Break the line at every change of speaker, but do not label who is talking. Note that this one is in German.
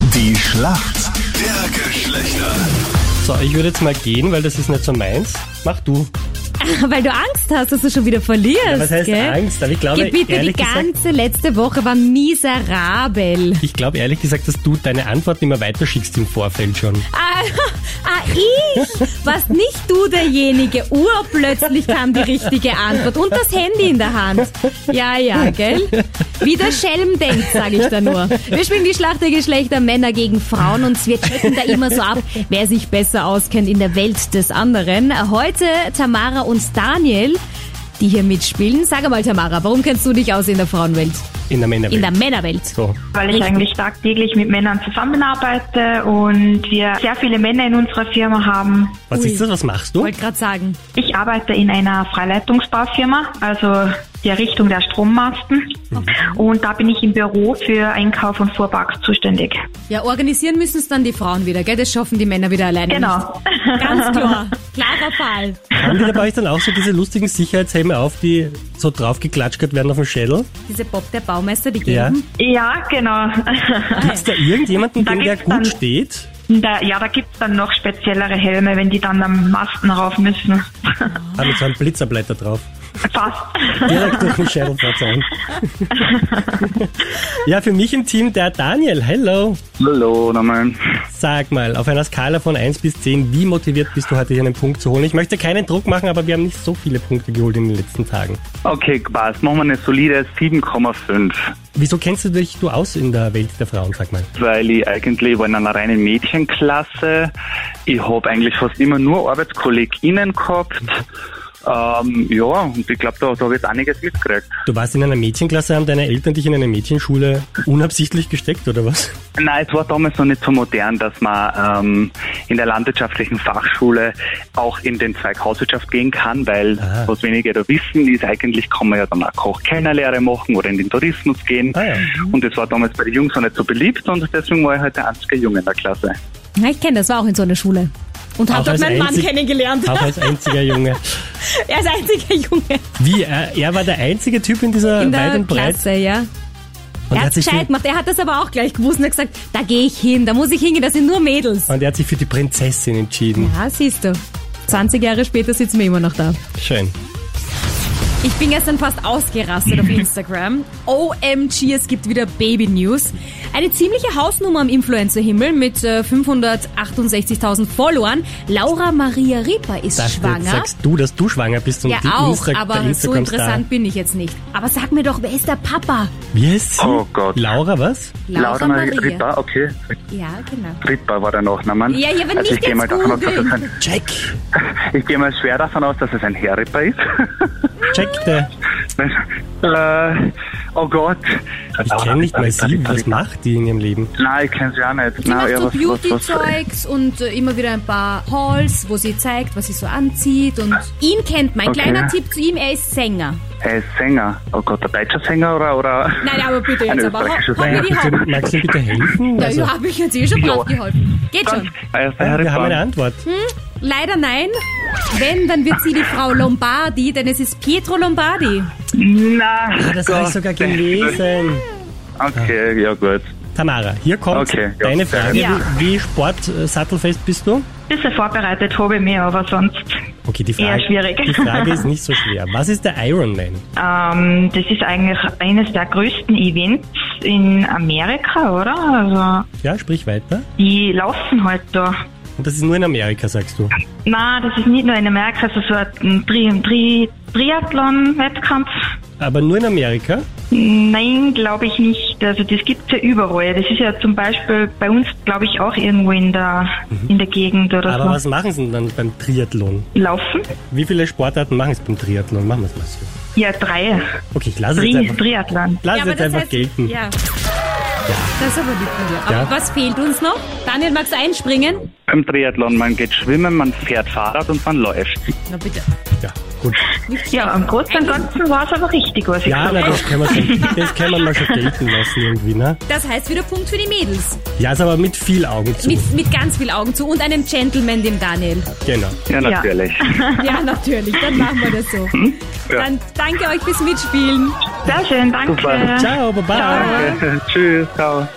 Die Schlacht der Geschlechter.
So, ich würde jetzt mal gehen, weil das ist nicht so meins. Mach du.
Weil du Angst hast, dass du schon wieder verlierst.
Was heißt
gell?
Angst? Aber ich glaube,
Gebiete, die
ehrlich gesagt,
ganze letzte Woche war miserabel.
ich glaube ehrlich gesagt, dass du deine Antworten immer weiterschickst im Vorfeld schon.
Ah, ah ich! Warst nicht du derjenige? Urplötzlich kam die richtige Antwort und das Handy in der Hand. Ja, ja, gell? Wie der Schelm denkt, sage ich da nur. Wir spielen die Schlacht der Geschlechter Männer gegen Frauen und wir checken da immer so ab, wer sich besser auskennt in der Welt des anderen. Heute Tamara und Daniel, die hier mitspielen. Sag mal, Tamara, warum kennst du dich aus in der Frauenwelt?
In der Männerwelt.
In der Männerwelt?
so.
weil ich eigentlich tagtäglich mit Männern zusammenarbeite und wir sehr viele Männer in unserer Firma haben.
Was
Ui.
ist das? Was machst du?
Wollte gerade sagen.
Ich arbeite in einer Freileitungsbaufirma, also die Errichtung der Strommasten. Und da bin ich im Büro für Einkauf und Fuhrparks zuständig.
Ja, organisieren müssen es dann die Frauen wieder, gell? Das schaffen die Männer wieder alleine.
Genau.
Nicht. Ganz klar. Klarer Fall.
Haben die dabei dann auch so diese lustigen Sicherheitshelme auf, die so draufgeklatscht werden auf dem Schädel?
Diese Bob der Baumeister, die
Ja.
geben.
Ja, genau.
Gibt's da irgendjemanden,
Da
dem der
gibt's
gut
dann-
steht?
Da, ja, da gibt's dann noch speziellere Helme, wenn die dann am Masten rauf müssen.
Ah, mit so einem Blitzerblätter drauf.
Fast.
Direkt durch den Schädel verzeihen. ja, für mich im Team der Daniel. Hello.
Hallo nochmal.
Sag mal, auf einer Skala von 1 bis 10, wie motiviert bist du heute, hier einen Punkt zu holen? Ich möchte keinen Druck machen, aber wir haben nicht so viele Punkte geholt in den letzten Tagen.
Okay, passt. Machen wir eine solide 7,5.
Wieso kennst du dich du aus in der Welt der Frauen, sag mal?
Weil ich eigentlich war in einer reinen Mädchenklasse. Ich habe eigentlich fast immer nur ArbeitskollegInnen gehabt. Ähm, ja, und ich glaube, da, da habe ich jetzt einiges mitgekriegt.
Du warst in einer Mädchenklasse, haben deine Eltern dich in eine Mädchenschule unabsichtlich gesteckt, oder was?
Nein, es war damals noch nicht so modern, dass man ähm, in der landwirtschaftlichen Fachschule auch in den Zweig Hauswirtschaft gehen kann, weil
Aha.
was wenige da wissen, ist eigentlich kann man ja dann auch Koch-Kellnerlehre machen oder in den Tourismus gehen.
Ah ja.
Und das war damals bei den Jungs noch nicht so beliebt und deswegen war ich halt der einzige Junge in der Klasse.
Ja, ich kenne das, war auch in so einer Schule. Und
Auch
habe dort
als
meinen Mann
einzig-
kennengelernt.
Auch als einziger Junge.
er ist einziger Junge
Wie, er, er war der einzige Typ in dieser
in
weit
der
und breit.
Klasse, ja.
Und
er
er
hat
hat sich
gescheit
für,
gemacht. Er hat das aber auch gleich gewusst und hat gesagt, da gehe ich hin, da muss ich hingehen, das sind nur Mädels.
und er hat sich für die Prinzessin entschieden.
Ja, siehst du. 20 Jahre später sitzen wir immer noch da.
Schön.
Ich bin gestern fast ausgerastet auf Instagram. OMG, es gibt wieder Baby News. Eine ziemliche Hausnummer am Influencer-Himmel mit äh, 568.000 Followern. Laura Maria Rieper ist
Dachte, jetzt
schwanger.
sagst du, dass du schwanger bist und
Ja
die
auch,
Insta der
aber so
Instagram
interessant bin ich jetzt nicht. Aber sag mir doch, wer ist der Papa?
Star. Wie heißt sie?
Oh Gott.
Laura, was?
Maria Ripper, okay.
Ja, genau.
Ripper war der Nachname.
Ja, ja, aber nicht
also ich gehe mal,
jetzt
davon aus, dass es
googeln.
ein-
Check.
ich gehe mal schwer davon aus, dass es ein Herr Ripper ist.
Check der.
äh, oh Gott.
Ich kenne nicht mal sie. Was macht die in ihrem Leben?
Nein, ich kenne sie auch nicht.
Die macht
ja,
so
was- was- was-
Beauty-Zeugs und äh, immer wieder ein paar Hauls, wo sie zeigt, was sie so anzieht. Und ihn kennt man. Ein
Ah. Okay.
Kleiner Tipp zu ihm, er ist Sänger.
Er ist Sänger. Oh Gott, ein deutscher Sänger oder? oder
Nein, aber bitte
ein
jetzt aber.
österreichischer
Hau- hau mir
Sänger?
die Hand.
Bitte, magst du mir bitte helfen?
Da
Also,
habe ich jetzt eh schon
Ja.
drauf geholfen. Geht schon.
Er ist Ah, der Herr
wir haben eine
Ripper.
Antwort.
Leider nein. Wenn, dann wird sie die Frau Lombardi, denn es ist Pietro Lombardi.
Na,
Das
Gott.
habe ich sogar gelesen.
Okay, ja gut.
Tamara, hier kommt
Okay, ja.
deine Frage.
Ja.
Wie, wie sportsattelfest bist du?
Bisschen vorbereitet habe ich mich, aber sonst
Okay, die
eher
Frage,
schwierig.
die Frage ist nicht so schwer. Was ist der Ironman?
Ähm, das ist eigentlich eines der größten Events in Amerika, oder? Also,
Ja, sprich weiter.
die laufen halt da.
Und das ist nur in Amerika, sagst du.
Nein, das ist nicht nur in Amerika, also so ein Tri Tri Triathlon-Wettkampf.
Aber nur in Amerika?
Nein, glaube ich nicht. Also das gibt's ja überall. Das ist ja zum Beispiel bei uns, glaube ich, auch irgendwo in der, in der Gegend oder
Mhm. Aber
so.
was machen sie denn dann beim Triathlon?
Laufen?
Wie viele Sportarten machen es beim Triathlon? Machen wir es mal so.
Ja, drei.
Okay, ich lasse es jetzt
Tri
einfach,
Triathlon.
lass es jetzt einfach gelten.
Ja. Das ist aber die Frage. Aber
Ja.
was fehlt uns noch? Daniel, magst du einspringen?
Beim Triathlon, man geht schwimmen, man fährt Fahrrad und man läuft.
Na bitte.
Ja, gut.
Ja, im Großen und Ganzen war es aber richtig, was ich
Ja,
gesagt
na,
habe.
das können wir schon, das können wir mal schon gelten lassen irgendwie, ne?
Das heißt wieder Punkt für die Mädels.
Ja, ist aber mit viel Augen zu.
Mit, mit ganz viel Augen zu und einem Gentleman, dem Daniel.
Genau.
Ja, natürlich.
Ja, natürlich. Dann machen wir das so.
Hm?
Dann danke euch fürs Mitspielen.
Sehr schön, danke.
Super.
Ciao, baba.
Ciao.
Tschüss, ciao.